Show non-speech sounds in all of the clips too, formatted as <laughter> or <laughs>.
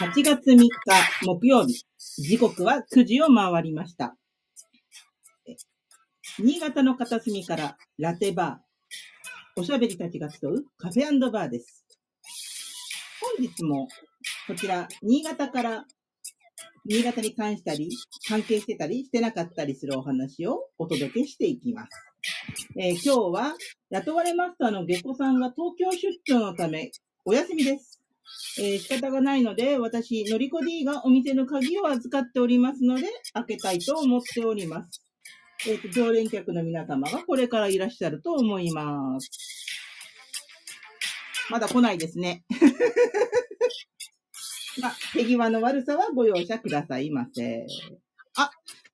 8月3日木曜日、時刻は9時を回りました。え新潟の片隅からラテバー、おしゃべりたちが集うカフェバーです。本日もこちら、新潟から、新潟に関したり、関係してたりしてなかったりするお話をお届けしていきます。えー今日は雇われマスターの下戸さんが東京出張のためお休みです。えー仕方がないので、私、のりこ D がお店の鍵を預かっておりますので、開けたいと思っております。えっ、と、常連客の皆様がこれからいらっしゃると思います。まだ来ないですね。まあ、手際の悪さはご容赦くださいませ。あ、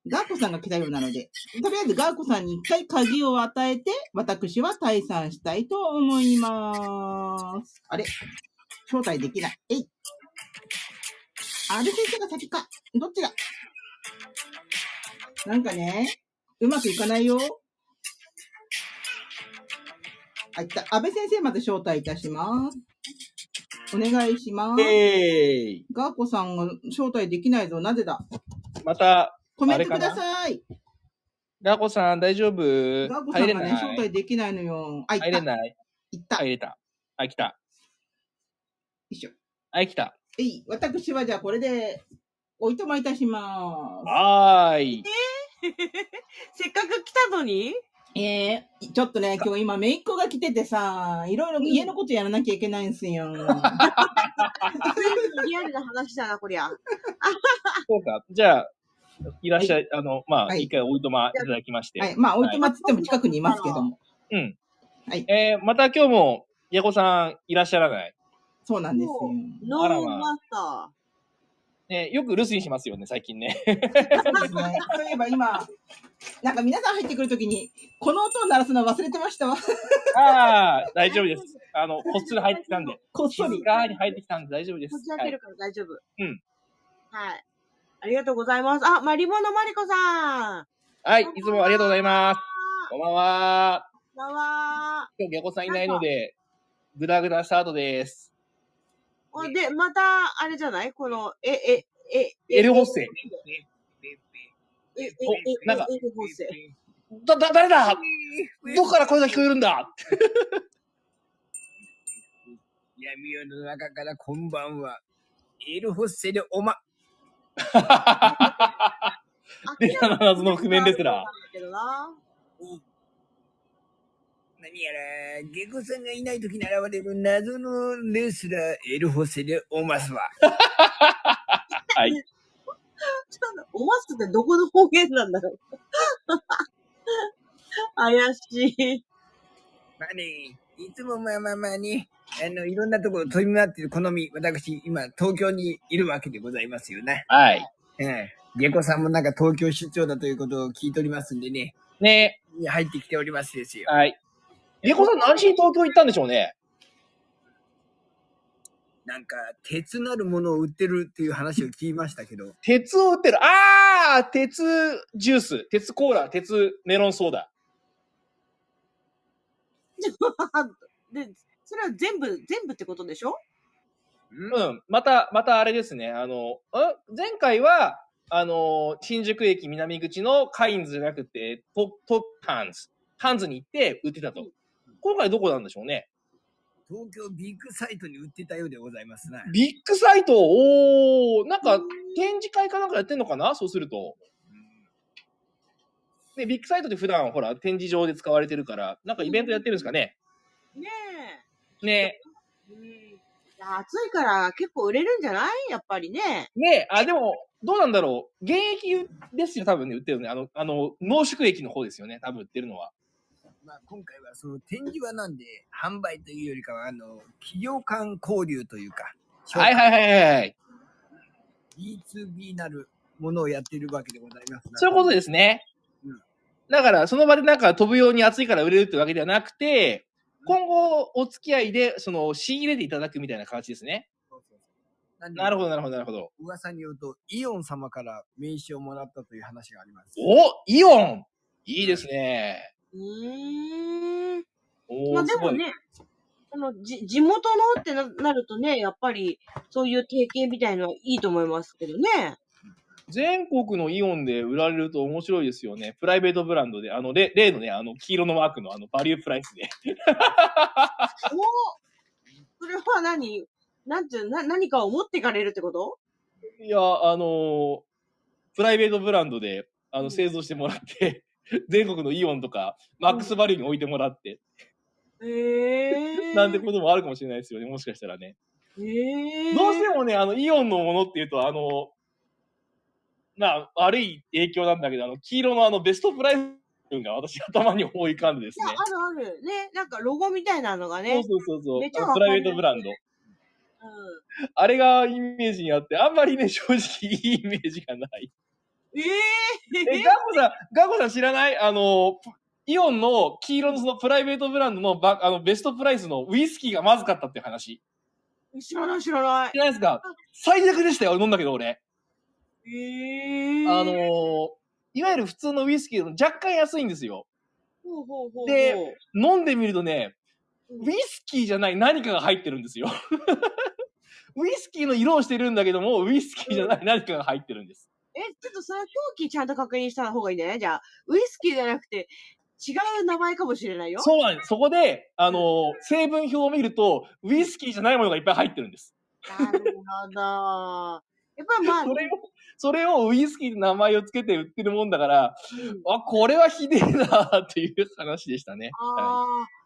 ガーコさんが来たようなので、とりあえずガーコさんに一回鍵を与えて、私は退散したいと思います。あれ招待できない。えい。ある先生が先か。どっちだなんかね、うまくいかないよ。あ、いった。安倍先生まで招待いたします。お願いします。えいガーコさんが招待できないぞ。なぜだまた、コメントくあれかだなさい。ガーコさん大丈夫ガーコさ入んれがなね、い招待できないのよ。あ、い入っれた。ないいった。あ、よ入れた。あ、来た。いしょ。あ、来た。えい。私はじゃあこれで、おいとまいたします。はーい。せっかく来たのにええちょっとね、今日今、めいっ子が来ててさ、いろいろ家のことやらなきゃいけないんす <laughs> よ。リアルな話だな、こりゃ。そうか。じゃあ、いらっしゃい、あの、まあ、はい一回おいとまいただきまして。はい。まあ、おいとまっつっても近くにいますけども。うん。はいえーまた今日も、ヤコさんいらっしゃらない。そうなんですよ。ノーマスタね、よく留守にしますよね、最近 <laughs> ね。そうですね。そういえば今、なんか皆さん入ってくるときに、この音を鳴らすの忘れてましたわ。ああ、大丈夫です。あの、こっそり入ってきたんで。こっ <laughs> 静そり。かに入ってきたんで大丈夫でー。こすち。らは出いるから大丈夫。うん。はい。ありがとうございます。あ、マリモのマリコさん。はい、いつもありがとうございます。こんばんは。こんばんは。今日、ギャコさんいないので、グダグダスタートです。おで、また、あれじゃないこの、え、え、え、えエルホッセ。え、え、え、おなんかエルホッセ。だ、だ、誰だどこから声が聞こえるんだ闇夜の中からこんばんは。エルホッセでおま、レナの謎の覆面ですら。けどな。何やら、ゲコさんがいない時に現れる謎のレスラー、エルホッセでおますわ。はい。ちょっとおますってどこの方言なんだろう。 <laughs> 怪しい。まあね、いつもまあまあまあね、あの、いろんなところ飛び回ってる好み、私、今、東京にいるわけでございますよな。はい。うん。ゲコさんもなんか東京出張だということを聞いておりますんでね、ね入ってきておりますですよ。はい。ゲコさん何しに東京行ったんでしょうねなんか、鉄なるものを売ってるっていう話を聞きましたけど、鉄を売ってる。あー鉄ジュース、鉄コーラ、鉄メロンソーダ。で、それは全部、全部ってことでしょうん。また、またあれですね。あの、あ前回は、あの、新宿駅南口のカインズじゃなくて、トトハンズ。ハンズに行って売ってたと。今回どこなんでしょうね。東京ビッグサイトに売ってたようでございますな。ビッグサイト、おー、なんか展示会かなんかやってんのかなそうすると。ね、ビッグサイトって普段ほら展示場で使われてるから、なんかイベントやってるんですかね。ねねえ。うん。暑いから結構売れるんじゃないやっぱりね。ねあ、でも、どうなんだろう。現役ですよ、多分ね、売ってるのね。あの、あの、濃縮液の方ですよね、多分売ってるのは。まあ、今回はその展示はなんで、販売というよりかは、あの、企業間交流というか、はいはいはいはいはい。 B2B なるものをやっているわけでございますな。そういうことですねうん。だから、その場でなんか飛ぶように暑いから売れるってわけではなくて、今後お付き合いで、その、仕入れていただくみたいな形ですね。そうそうそうなんでなるほど、なるほど、なるほど。噂によると、イオン様から名刺をもらったという話があります。おイオンいいですね。うーん。おーまあですごもいね、あの、じ、地元のってななるとね、やっぱり、そういう提携みたいのはいいと思いますけどね。全国のイオンで売られると面白いですよね。プライベートブランドで、あの、例例のね、あの、黄色のマークのあの、バリュープライスで。おそれは何なんていうのな、何かを持っていかれるってこといや、あのプライベートブランドで、あの、製造してもらって、全国のイオンとか、マックスバリューに置いてもらって、え <laughs> えなんてこともあるかもしれないですよね、もしかしたらね。ええどうしてもね、あの、イオンのものっていうと、あの、まあ、悪い影響なんだけど、あの、黄色のあの、ベストプライスが私頭に思い浮かんでですいや、ね。あるある。ね、なんかロゴみたいなのがそうね。そうそうそうめっちゃあの。わプかるライベートブランド。うんあれがイメージにあって、あんまりね、正直いいイメージがない。えええ、ガコさん、ガコさん知らないあの、イオンの黄色のそのプライベートブランドのバあのベストプライスのウイスキーがまずかったっていう話。 <laughs> 知らない知らない知。らないですか最悪でしたよ、飲んだけど俺。ええあの、ー、いわゆる普通のウイスキーよりも若干安いんですよ。ほうほうほうほうで飲んでみるとね、うんウイスキーじゃない何かが入ってるんですよ。 <laughs> ウイスキーの色をしてるんだけども、ウイスキーじゃない何かが入ってるんです。え、ちょっとその表記ちゃんと確認した方がいいんじゃないじゃあ、ウイスキーじゃなくて、違う名前かもしれないよ。そうなんです。そこで、あのー、成分表を見ると、ウイスキーじゃないものがいっぱい入ってるんです。なるほど。やっぱ <laughs> りまあ、それを、それをウイスキーの名前をつけて売ってるもんだから、うんあ、これはひでえなっていう話でしたね。は。あー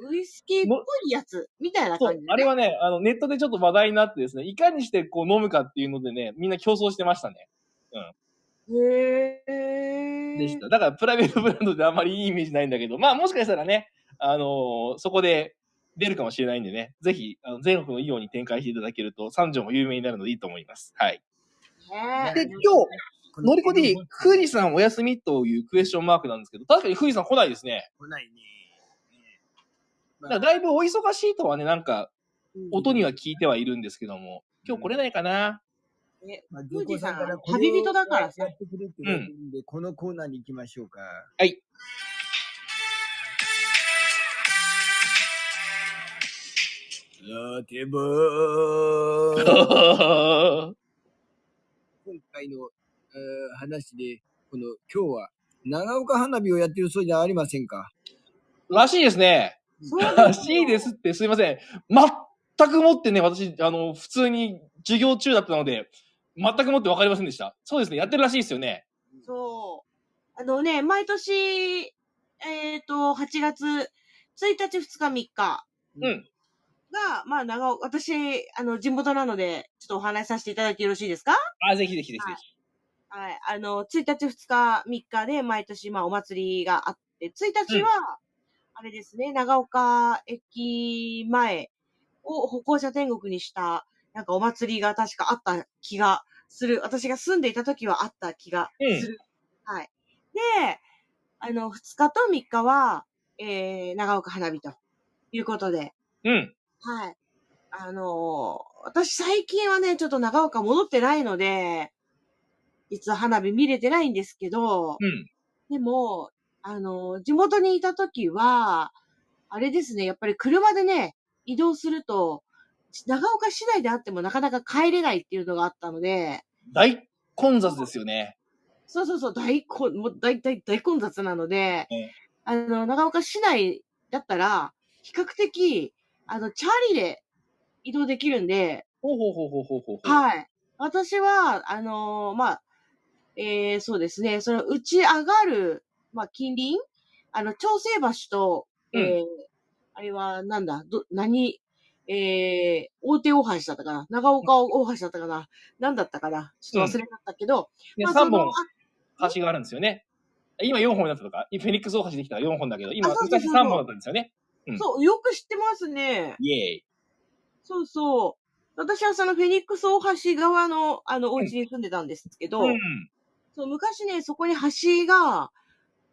ウイスキーっぽいやつみたいないそ感うじ、、ね。あれはね、あの、ネットでちょっと話題になってですね、いかにしてこう飲むかっていうのでね、みんな競争してましたね。へーでした。だからプライベートブランドであんまりいいイメージないんだけど、まあもしかしたらね、あのーそこで出るかもしれないんでね、ぜひ、あの全国のイオンに展開していただけると、三条も有名になるのでいいと思います。はい。ねで、今日、のりこ D、富士山お休みというクエスチョンマークなんですけど、確かに富士山来ないですね。来ないね。だからだいぶお忙しいとはね、なんか、うん音には聞いてはいるんですけども、今日来れないかな。まあ、富士山行からこれを旅人だからさやってくれって言われてるんで、このコーナーに行きましょうか。 <laughs> はい。ラテバー今回の、えー話で、この今日は長岡花火をやってるそうじゃありませんか。 <laughs> らしいですね。そうだよらしいですって、すいません。全くもってね、私、あの、普通に授業中だったので、全くもって分かりませんでした。そうですね、やってるらしいですよね。そう。あのね、毎年、えっ、と、8月1日、2日、3日うん。が、まあ、長尾、私、あの、地元なので、ちょっとお話しさせていただいてよろしいですかあ、ぜひぜひぜひぜひ。はい。あの、1日、2日、3日で、毎年、まあ、お祭りがあって、1日は、あれですね、長岡駅前を歩行者天国にした、なんかお祭りが確かあった気がする。私が住んでいた時はあった気がする。はい。で、あの、2日と3日は、えー、長岡花火ということで、うん。はい。あのー私最近はね、ちょっと長岡戻ってないので、いつ花火見れてないんですけど、うん。でも、あのー地元にいた時は、あれですね、やっぱり車でね、移動すると、長岡市内であってもなかなか帰れないっていうのがあったので、大混雑ですよね。そうそうそう、大混、もう大体大混雑なので、うんあの、長岡市内だったら、比較的、あの、チャリで移動できるんで、ほうほうほうほうほうほうほう。はい。私は、あのーまあ、えー、そうですね、その、打ち上がる、まあ、近隣あの、調整橋と、えーあれは、なんだ、ど、何、えー、大手大橋だったかな長岡大橋だったかな何だったかなちょっと忘れちゃったけど、で、まあ3その本橋があるんですよね。今4本になったとか、フェニックス大橋できたら4本だけど、今あそうそうそう昔3本だったんですよね。うんそう、よく知ってますね。イエーイ。そうそう。私はそのフェニックス大橋側の、あの、お家に住んでたんですけど、うん。そう昔ね、そこに橋が、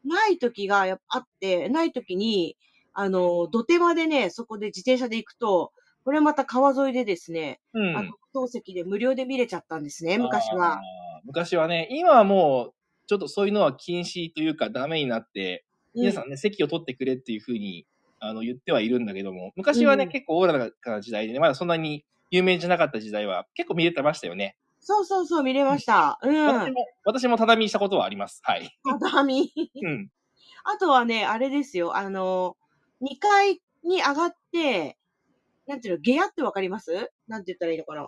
ない時がやっぱあって、ない時に、あの、土手までね、そこで自転車で行くと、これまた川沿いでですね、うあんの。、当席で無料で見れちゃったんですね、昔あーは。。昔はね、今はもう、ちょっとそういうのは禁止というかダメになって、うん皆さんね、席を取ってくれっていうふうにあの、言ってはいるんだけども、昔はね、うん結構オーラな時代でね、まだそんなに有名じゃなかった時代は、結構見れてましたよね。そうそうそう、見れました。う私ん。も、私も畳したことはあります。はい。 <laughs> 畳。うん。あとはね、あれですよ、あの、2階に上がって、なんていうの、下屋ってわかりますなんて言ったらいいのかな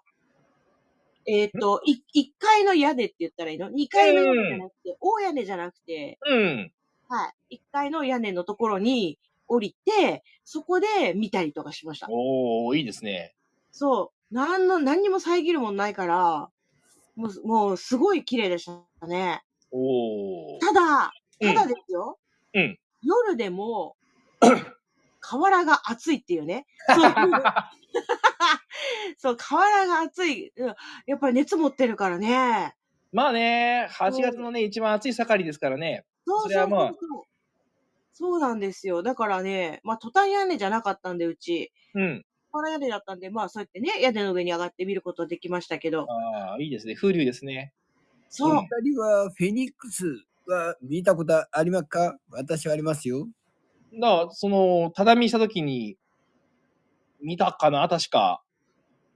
えっ、と、い一階の屋根って言ったらいいの ?2 階の屋根じゃなくて、大屋根じゃなくて、うん。はい。1階の屋根のところに降りて、そこで見たりとかしました。おー、いいですね。そう。なんの、何にも遮るもんないから、もう、もう、すごい綺麗でしたね。おー。ただ、うたんだですよ。うん夜でも、 <coughs> 河原が暑いっていうね。 <laughs> そう。そう、河原が暑い。うんやっぱり熱持ってるからね。まあね、8月のね、一番暑い盛りですからね。そうそそうれそはうまあそうそうなんですよ。だからね、まあ、トタン屋根じゃなかったんで、うち。うん。河原屋根だったんで、まあ、そうやってね、屋根の上に上がって見ることできましたけど。ああ、いいですね。風流ですね。そう。お二人はフェニックスは見たことありますか私はありますよ。だから、その、畳した時に、見たかな確か。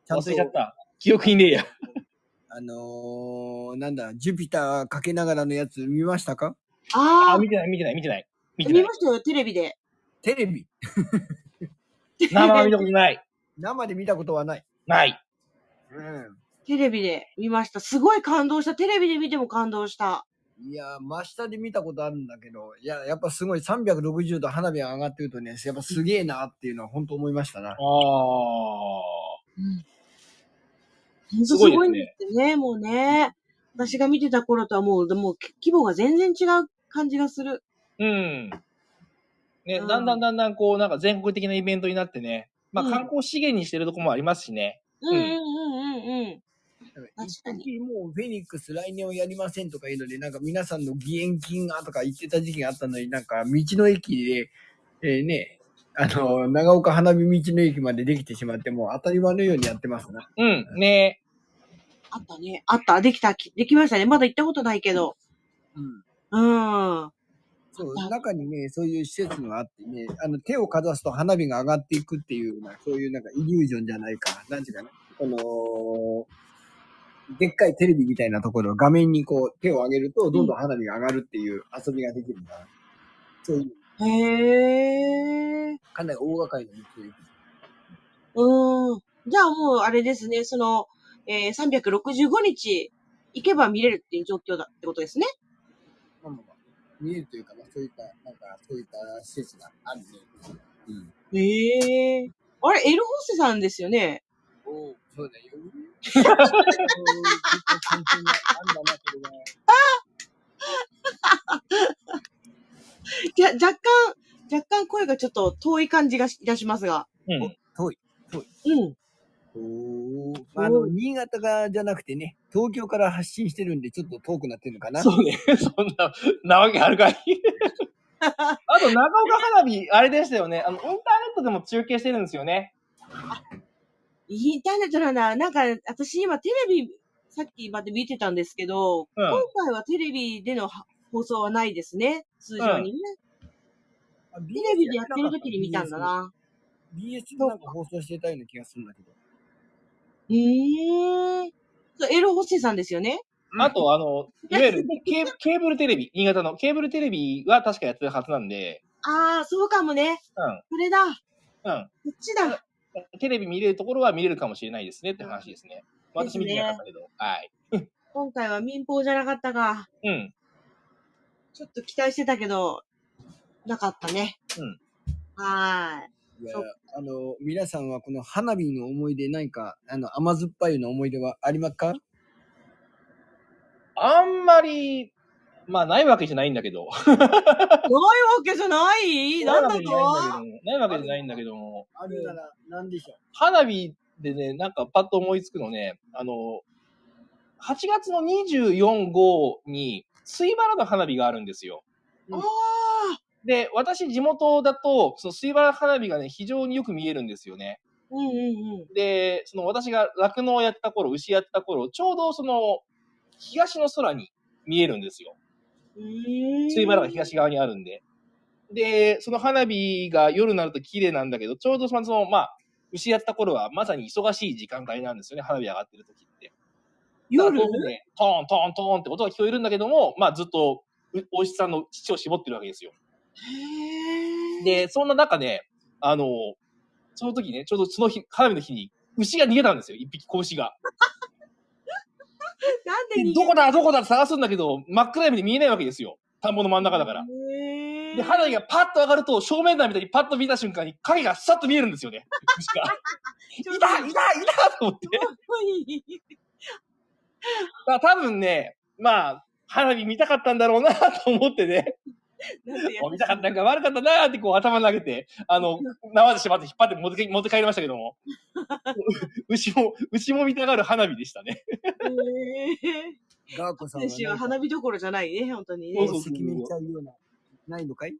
ちゃん忘とれちゃった。記憶にねえや。あのー、なんだ、ジュピターかけながらのやつ見ましたかああ、あ、見てない、見てない、見てない。見てな見いま。したよ、テレビで。テレビ。生は見たことない。生で見たことはない。ない。う <laughs> テレビで見ました。すごい感動した。テレビで見ても感動した。ん。いやー、真下で見たことあるんだけど、いや、やっぱすごい360度花火が上がってるとね、やっぱすげえなっていうのは本当思いましたな。ああ。すごいですねごいんですよね、もうね。私が見てた頃とはもう、もう規模が全然違う感じがする。うん。ね、うんだんだんだんだんこう、なんか全国的なイベントになってね、まあうん観光資源にしてるとこもありますしね。うんんうんうんうんうん。確かに一時もうフェニックス来年はやりませんとか言うので、なんか皆さんの義援金がとか言ってた時期があったのに、なんか道の駅で、えーね、あの、長岡花見道の駅までできてしまって、もう当たり前のようにやってますな。うん、ねあったね。あった。できた。できましたね。まだ行ったことないけど。うん。うん。そう、中にね、そういう施設があってね、あの、手をかざすと花火が上がっていくっていうような、そういうなんかイリュージョンじゃないか、なんていうかな、この、でっかいテレビみたいなところ、画面にこう手を上げると、どんどん花火が上がるっていう遊びができるんだな。そういうへえ。かなり大掛かりな道うの駅。ん。じゃあもう、あれですね。その、えー、365日行けば見れるっていう状況だってことですね。まあまあまあ見えるというか、まあ、そういった、なんか、そういった施設があるね。うん。へえ。あれ、エルホッセさんですよね。おお、そうだよ。そういう関係があるんだな、これは。じゃ、若干、若干声がちょっと遠い感じがしいたしますが。うん。うん。おーまあ、あの、新潟がじゃなくてね、東京から発信してるんで、ちょっと遠くなってるのかな。そうね。 <laughs> そんな、なわけある <laughs> かい。あと、長岡花火、あれでしたよね。あの、インターネットでも中継してるんですよね。インターネットなんだ。なんか、私今テレビ、さっきまで見てたんですけど、うん今回はテレビでのは放送はないですね。通常にね。テテレビでやってる時に見たんだ。な。 BS でなんか放送してたような気がするんだけど。へえー。そうエルホッセさんですよね。あと、あの、いわゆるケーケーブルテレビ、新潟のケーブルテレビは確かやってるはずなんで、ああ、そうかもね。うんそれだ。こうん。っちだ。テレビ見れるところは見れるかもしれないですねって話ですね。私見てなかったけど。はい。今回は民放じゃなかったが、うん。ちょっと期待してたけど、なかったね。うん。はーい。いやそう、あの、皆さんはこの花火の思い出、何か、あの、甘酸っぱいの思い出はありますかあんまり、まあ、ないわけじゃないんだけど。ないわけじゃないな <laughs> んだとないわけじゃないんだけども。あるなら、何でしょう。花火でね、なんかパッと思いつくのね、あの、8月の24号に、水原の花火があるんですよ。ああで、私、地元だと、その水原花火がね、非常によく見えるんですよね。うんうんうん。で、その私が酪農をやってた頃、牛やってた頃、ちょうどその、東の空に見えるんですよ。うーん水原が東側にあるんで。で、その花火が夜になると綺麗なんだけど、ちょうどその、そのまあ、牛やった頃はまさに忙しい時間帯なんですよね、花火上がってる時って。夜だからこういうふうにねトーン、トーン、トーンって音が聞こえるんだけども、まあずっと、うお牛さんの乳を絞ってるわけですよ。へーで、そんな中ね、あの、その時ね、ちょうどその日、花火の日に、牛が逃げたんですよ、一匹、子牛が。なんで逃でげどこだ、どこだって探すんだけど、真っ暗闇で見えないわけですよ。田んぼの真ん中だから。へーで、花火がパッと上がると、正面だみたいにパッと見た瞬間に、影がさっと見えるんですよね。牛 <laughs> が。ちょい、ったいた、いたと思って。とまあ多分ね、まあ、花火見たかったんだろうなと思ってね、なんてやお見たかったんか悪かったなってこう頭投げて、あの、縄で縛って引っ張って持って帰持って帰りましたけど <laughs> も。牛も、牛も見たがる花火でしたね。へガーコさんー私ははなんか花火どころじゃないね、本当にそうねそう。顔を赤面しちゃうような、ないのかい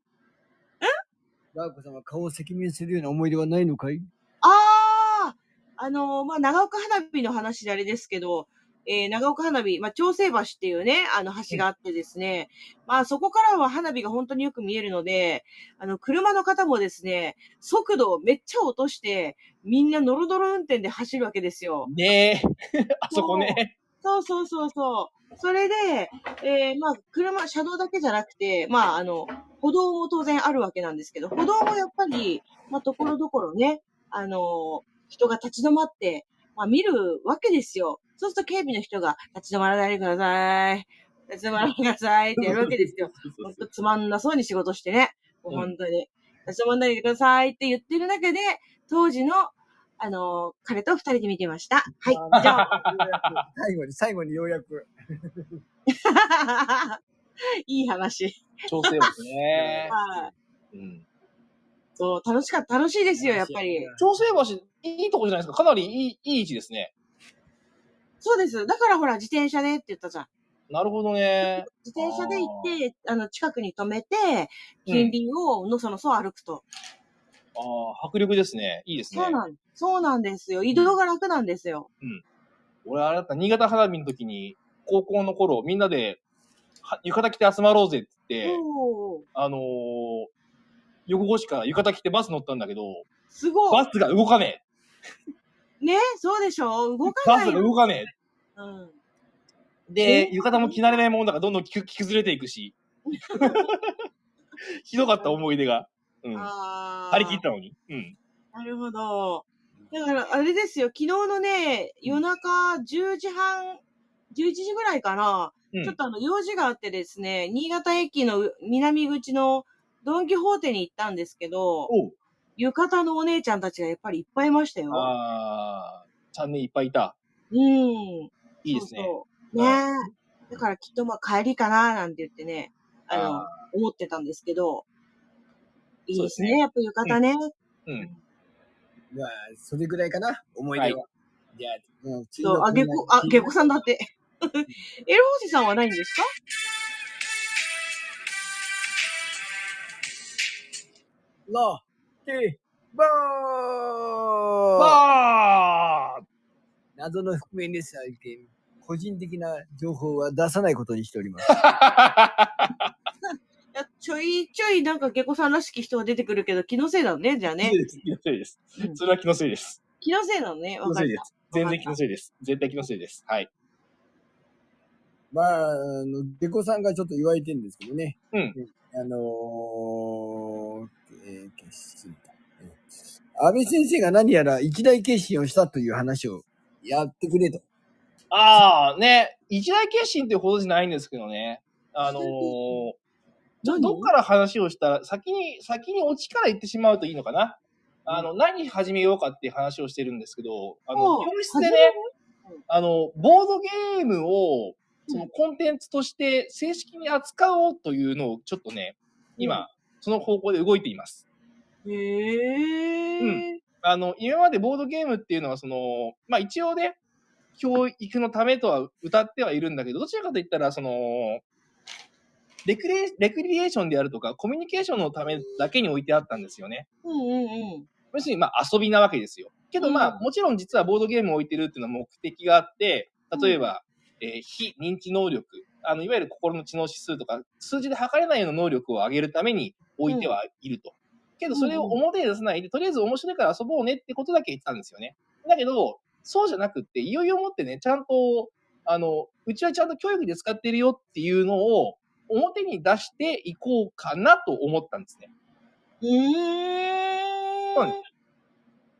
ガーコさんは顔を赤面するような思い出はない <laughs> のかいあああのー、まあ、長岡花火の話であれですけど、えー、長岡花火、まあ、調整橋っていうね、あの橋があってですね、まあ、そこからは花火が本当によく見えるので、あの、車の方もですね、速度をめっちゃ落として、みんなノロノロ運転で走るわけですよ。ね <laughs> え。あそこね。そうそうそうそう。それで、えー、まあ、車、車道だけじゃなくて、まあ、あの、歩道も当然あるわけなんですけど、歩道もやっぱり、まあ、ところどころね、あの、人が立ち止まって、まあ、見るわけですよ。そうすると警備の人が、立ち止まらないでください。立ち止まらないでくださいってやるわけですよ。ほんとつまんなそうに仕事してね。もう本当に。立ち止まらないでくださいって言ってる中で、当時の、あの、彼と二人で見てました。はい。じゃあ、最後に、最後にようやく。 <laughs> いい話。調整ですね。はい。うんそう、楽しかった、楽しいですよ、やっぱり。調整橋、いいとこじゃないですか。かなりいい、いい位置ですね。そうです。だからほら、自転車ねって言ったじゃん。なるほどね。自転車で行って、あの、近くに止めて、 <laughs> 近隣をのそのそ歩くと。ああ、迫力ですね。いいですね。そうなん、そうなんですよ。移動が楽なんですよ。俺、あれだった、新潟花火の時に、高校の頃、みんなで、は浴衣着て集まろうぜって言って、おーあのー、横越しから浴衣着てバス乗ったんだけど、すごいバ。スが動かねね、そうでしょ動え。かバなスいがよ。動かねうん。え。でえ、浴衣も着慣れないもんだから、どんどん着着崩れていくし。 <laughs> ひどかった思い出が。うん。あー張り切ったのに。うん。なるほど。だから、あれですよ、昨日のね、夜中10時半、11時ぐらいかな、うんちょっとあの、用事があってですね、新潟駅のう南口のドンキホーテに行ったんですけど、おう。浴衣のお姉ちゃんたちがやっぱりいっぱいいましたよ。ああ、チャンネルいっぱいいた。うん。いいですね。そうそうねえだからきっとまあ帰りかな、なんて言ってね、あの、あ思ってたんですけど、いいですね、そうですねやっぱ浴衣ね。ーうん。まあ、それぐらいかな、思い出は。はじゃあ、うん、次そう、あ、のコーナゲーコ、あ、ゲコさんだって。 <laughs> エルホーセさんはないんですかラテバーバー謎の覆面ですが、個人的な情報は出さないことにしております。いや、ちょいちょいなんかゲコさんらしき人が出てくるけど、気のせいだね、じゃあね気の。 <laughs> せいです気のせいです。うんそれは気のせいです。気のせいなのね、気わのかせいりでたす。。全然気のせいです。絶対気のせいです。はい。まあ、あの、デコさんがちょっと言われてるんですけどね。うん。あのー、えー、決心か。うん安倍先生が何やら一大決心をしたという話をやってくれと。ああ、ね。一大決心ってほどじゃないんですけどね。あのー、ちょ何どっから話をしたら、先に、先にオチから言ってしまうといいのかな。あの、何始めようかっていう話をしてるんですけど、あの、おう教室でねめる、あの、ボードゲームを、そのコンテンツとして正式に扱おうというのをちょっとね、今、その方向で動いています。へうー。あの、今までボードゲームっていうのは、その、まあ一応ね、教育のためとは歌ってはいるんだけど、どちらかといったら、その、レクレ、レクリエーションであるとか、コミュニケーションのためだけに置いてあったんですよね。うんうんうん。要するに、まあ遊びなわけですよ。けどまあ、うんもちろん実はボードゲームを置いてるっていうのは目的があって、例えば、えー非認知能力、あの、いわゆる心の知能指数とか、数字で測れないような能力を上げるために置いてはいると。けど、それを表に出さないで、とりあえず面白いから遊ぼうねってことだけ言ってたんですよね。だけど、そうじゃなくって、いよいよ持ってね、ちゃんと、あの、うちはちゃんと教育で使ってるよっていうのを、表に出していこうかなと思ったんですね。うーん。そうなんで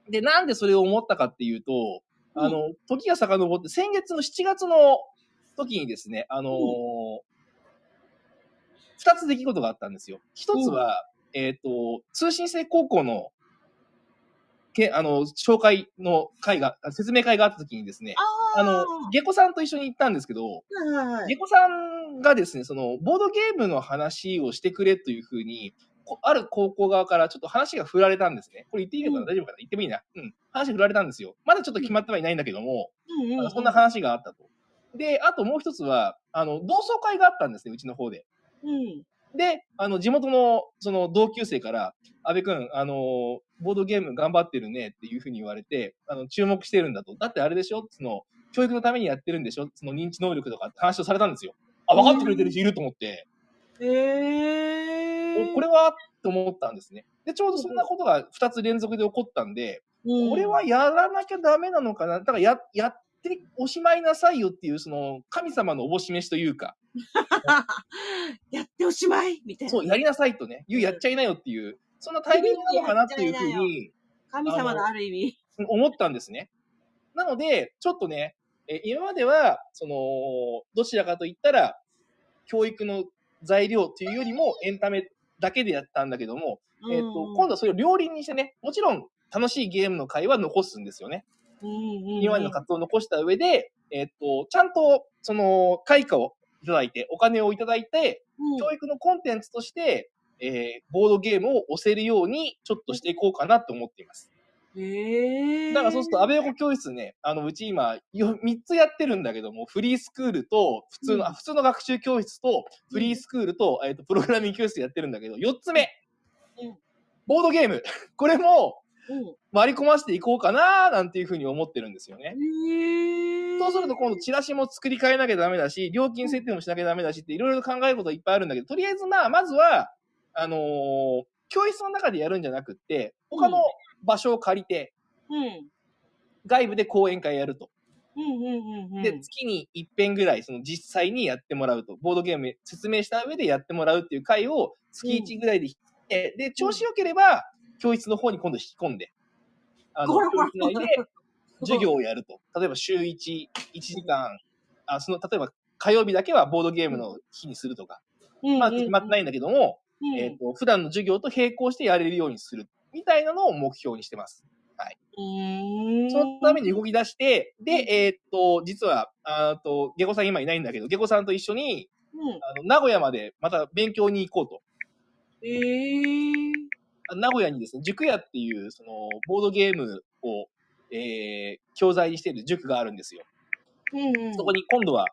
すで、なんでそれを思ったかっていうと、あの、時が遡って、先月の7月の時にですね、あのー二つ出来事があったんですよ。一つは、えっ、と、通信制高校の、け、あの、紹介の会が、あ説明会があった時にですね、あーあの、下戸さんと一緒に行ったんですけど、はいはいはいゲコさんがですね、その、ボードゲームの話をしてくれというふうに、こある高校側からちょっと話が振られたんですね。これ言っていいのかな、大丈夫かな言ってもいいな。うん。話振られたんですよ。まだちょっと決まってはいないんだけども、うんあうのん。そんな話があったと。で、あともう一つは、あの、同窓会があったんですね、うちの方で。うん。で、あの、地元の、その、同級生から、安部くん、あのー、ボードゲーム頑張ってるねっていうふうに言われて、あの、注目してるんだと。だってあれでしょその、教育のためにやってるんでしょその認知能力とかって話をされたんですよ。あ、分かってくれてる人いると思って、えー。おこれはと思ったんですね。で、ちょうどそんなことが2つ連続で起こったんで、うん、これはやらなきゃダメなのかなだからや、やっておしまいなさいよっていう、その、神様のおぼしめしというか、やっておしまいみたいな。そう、やりなさいとね、言うやっちゃいなよっていう、そんなタイミングなのかなっていうふうに、神様のある意味。思ったんですね。なので、ちょっとね、え今までは、その、どちらかといったら、教育の材料というよりもエンタメだけでやったんだけども、えっ、と、うん今度はそれを両輪にしてね、もちろん楽しいゲームの会は残すんですよね。今までの活動を残した上で、えっ、と、ちゃんと、その、開花をいただいて、お金をいただいて、うん教育のコンテンツとして、えーボードゲームを押せるように、ちょっとしていこうかなと思っています。へえ。だからそうすると、アベ横教室ね、あの、うち今、よ3つやってるんだけども、フリースクールと、普通の、うんあ普通の学習教室と、フリースクールと、えっ、と、プログラミング教室やってるんだけど、4つ目、うんボードゲーム。 <laughs> これも、うん割り込ませていこうかなーなんていうふうに思ってるんですよね。へえ。そうすると、今度、チラシも作り変えなきゃダメだし、料金設定もしなきゃダメだしって、いろいろ考えることいっぱいあるんだけど、とりあえず、まあ、まずは、あのー教室の中でやるんじゃなくって、他の場所を借りて、うん。うん外部で講演会やると。うんうんうん。で、月に一遍ぐらい、その実際にやってもらうと、ボードゲーム説明した上でやってもらうっていう回を月一ぐらいで引いて、で、調子良ければ、教室の方に今度引き込んで、あ <laughs> の、ほ教らほら室内で授業をやると。例えば週一、一時間、あ、その、例えば火曜日だけはボードゲームの日にするとか、うん、まあ、決まってないんだけども、うんえっと、普段の授業と並行してやれるようにする。みたいなのを目標にしてます。うんそのために動き出して、で、えーっと、実は、あーっと、下戸さん今いないんだけど、下戸さんと一緒に、うん。あの、名古屋までまた勉強に行こうと。ええ。あ名古屋にですね、塾屋っていう、その、ボードゲームを、えー、教材にしている塾があるんですよ。うんうん。そこに今度は、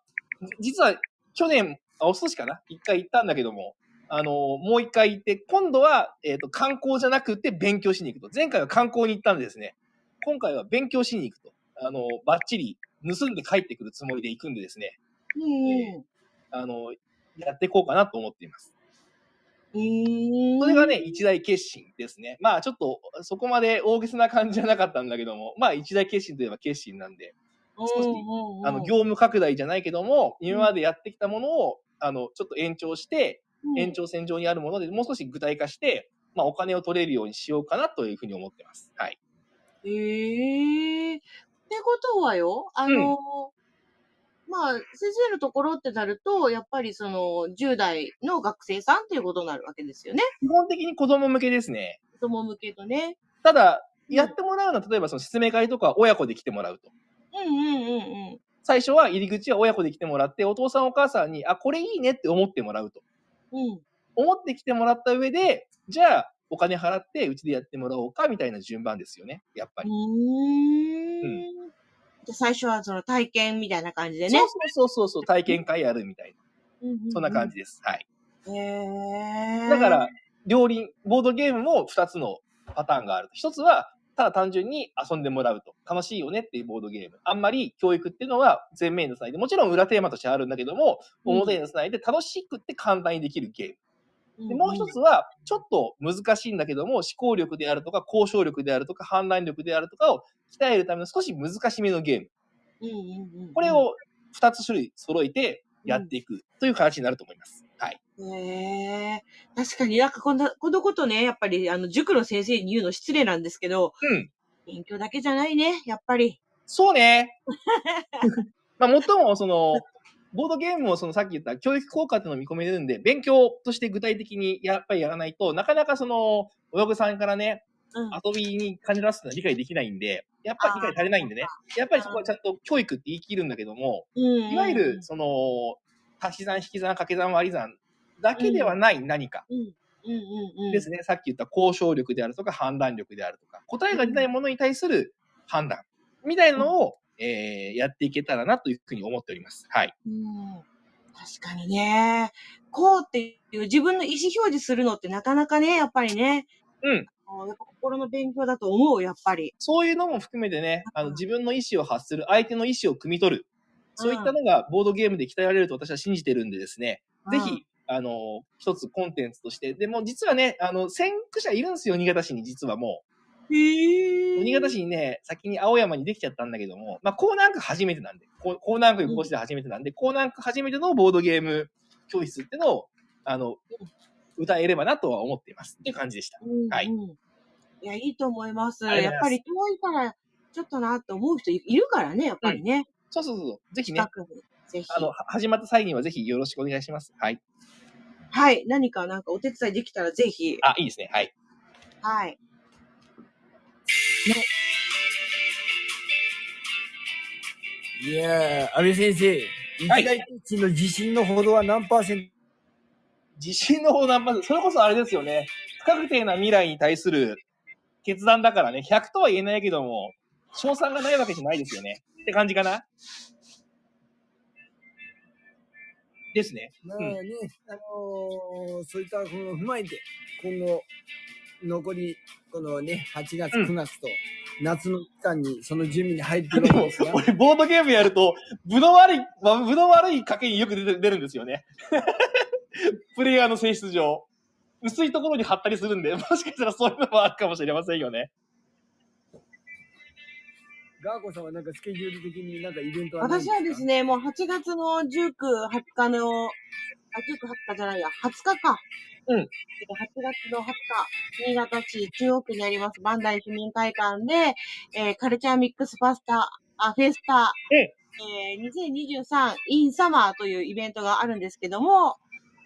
じ実は去年、あ、おととしかな一回行ったんだけども、あの、もう一回行って、今度は、えーっ、と、観光じゃなくて勉強しに行くと。前回は観光に行ったんでですね、今回は勉強しに行くと。あの、バッチリ盗んで帰ってくるつもりで行くんでですね、うんあの、やっていこうかなと思っています。うん。それがね、一大決心ですね。まあちょっと、そこまで大げさな感じじゃなかったんだけども、まあ一大決心といえば決心なんで、少しうんうんうん、あの、業務拡大じゃないけども、今までやってきたものを、あの、ちょっと延長して、うん延長線上にあるもので、もう少し具体化して、まあお金を取れるようにしようかなというふうに思ってます。はい。ええってことはよ、あの、まあ、先生のところってなると、やっぱりその、10代の学生さんっていうことになるわけですよね。基本的に子供向けですね。子供向けとね。ただ、やってもらうのは、例えばその説明会とかは親子で来てもらうと。うんうんうんうん。最初は入り口は親子で来てもらって、お父さんお母さんに、あ、これいいねって思ってもらうと。うん。思ってきてもらった上で、じゃあ、お金払って、うちでやってもらおうか、みたいな順番ですよね。やっぱり。うーん。じゃあ最初はその体験みたいな感じでねそう。そうそうそう、体験会やるみたいな。そんな感じ。じです。はい。へえ。だから、、両輪、ボードゲームも2つのパターンがある。一つは、ただ単純に遊んでもらうと。楽しいよねっていうボードゲーム。あんまり教育っていうのは前面に出さないで、もちろん裏テーマとしてあるんだけども、うん表に出さないで楽しくって簡単にできるゲーム。でもう一つは、ちょっと難しいんだけども、思考力であるとか、交渉力であるとか、判断力であるとかを鍛えるための少し難しめのゲーム。うんうんうんこれ。を2つ種類揃えてやっていくという形になると思います。はい。へえ。確かになんかこんな、このことね、やっぱり、あの、塾の先生に言うの失礼なんですけど、うん。勉強だけじゃないね、やっぱり。そうね。 <laughs> まあ、もっとも、その、ボードゲームをそのさっき言った教育効果っていうのを見込めてるんで、勉強として具体的にやっぱりやらないとなかなかその、親御さんからね、うん。遊びに感じらすのは理解できないんで、やっぱり理解されないんでね、やっぱりそこはちゃんと教育って言い切るんだけども、うんいわゆる、、その、足し算、引き算、掛け算、割り算だけではない何かうん。うんうんうん。ですね、さっき言った交渉力であるとか判断力であるとか、答えが出ないものに対する判断みたいなのを、えーやっていけたらなというふうに思っております。はい。うん確かにね。こうっていう自分の意思表示するのってなかなかね、やっぱりね。うんあの。やっぱ心の勉強だと思う、やっぱり。そういうのも含めてね、あの自分の意思を発する、相手の意思を汲み取る、そういったのがボードゲームで鍛えられると私は信じてるんでですね、ぜひ、あの、一つコンテンツとして、でも実はね、あの、先駆者いるんですよ、新潟市に実はもうん。へう。え。新潟市にね、先に青山にできちゃったんだけども、まあ、江南区初めてなんで、こう江南区横市で初めてなんで、江南区初めてのボードゲーム教室ってのを、あの、歌えればなとは思っています。っていう感じでした。うんはいうん。いや、いいと思います。ありやがっとうごぱざいり遠いから、ちょっとなって思う人いいるからね、やっぱりね。そうそうそう。ぜひね近、くに。ぜひ。あの、は始まった際にはぜひよろしくお願いします。はい。はい。何かなんかお手伝いできたらぜひ。あ、いいですね。はい。はい。いやー、安倍先生、一はい大地域の地震のほどは何パーセン地震の方なんまず、それこそあれですよね。不確定な未来に対する決断だからね、100とは言えないけども、賞賛がないわけじゃないですよね。って感じかなですね。トなのね、あのーそういったことを踏まえて、今後、残り、このね、8月、うん9月と、夏の期間にその準備に入ってでいるわけもですが、、俺、ボードゲームやると、ぶの悪い、まあぶの悪い賭けによく出て出るんですよね。 <laughs> プレイヤーの性質上。薄いところに貼ったりするんで、もしかしたらそういうのもあるかもしれませんよね。ガーコさんはなんかスケジュール的になんかイベントはないん私はですね、もう8月の19、20日の、あ、19、20日じゃないや、20日か。うん8月の20日、新潟市中央区にあります、バンダイ市民会館で、えーカルチャーミックスパスタ、あ、フェスタ、ええー、2023 in summer というイベントがあるんですけども、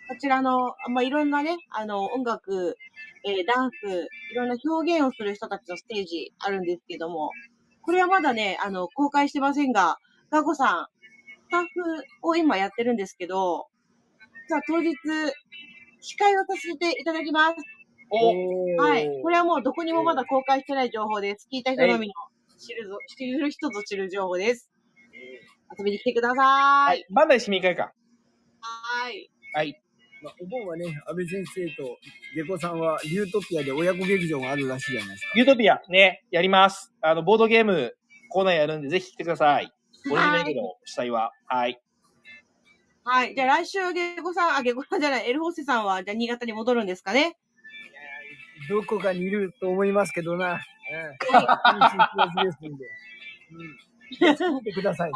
こちらの、まあ、いろんなね、あの、音楽、えーダンス、いろんな表現をする人たちのステージあるんですけども、これはまだね、あの、公開してませんが、ガコさん、スタッフを今やってるんですけど、じゃあ当日、司会をさせていただきます。おおーはい。これはもうどこにもまだ公開してない情報です。聞いた人のみの知るぞ、知る人ぞ知る情報です。遊びに来てくださ。はいい。バンダイ市民会館。はい。はい。まあ、お盆はね、安倍先生と下戸さんは、リュートピアで親子劇場があるらしいじゃないですか。ユートピア、ね、やります。あの、ボードゲームコーナーやるんで、ぜひ来てください。オリジナルの主催は。はい。はい。じゃあ来週、ゲゴさん、あ、ゲゴさんじゃない、エルホーセさんは、じゃあ新潟に戻るんですかね。どこかにいると思いますけどな。うん。いいですんで。うん。見てください。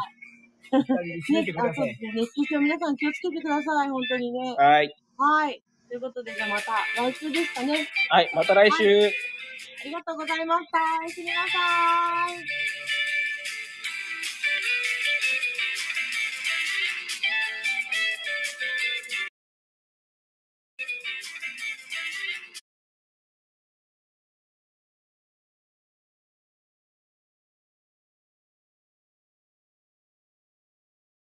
見てくだあそさういで。すね熱中症皆さん気をつけてください。本当にね。はい。はい。ということで、じゃあまた来週ですかね。はい。また来週。ありがとうございました。おやすみなさい。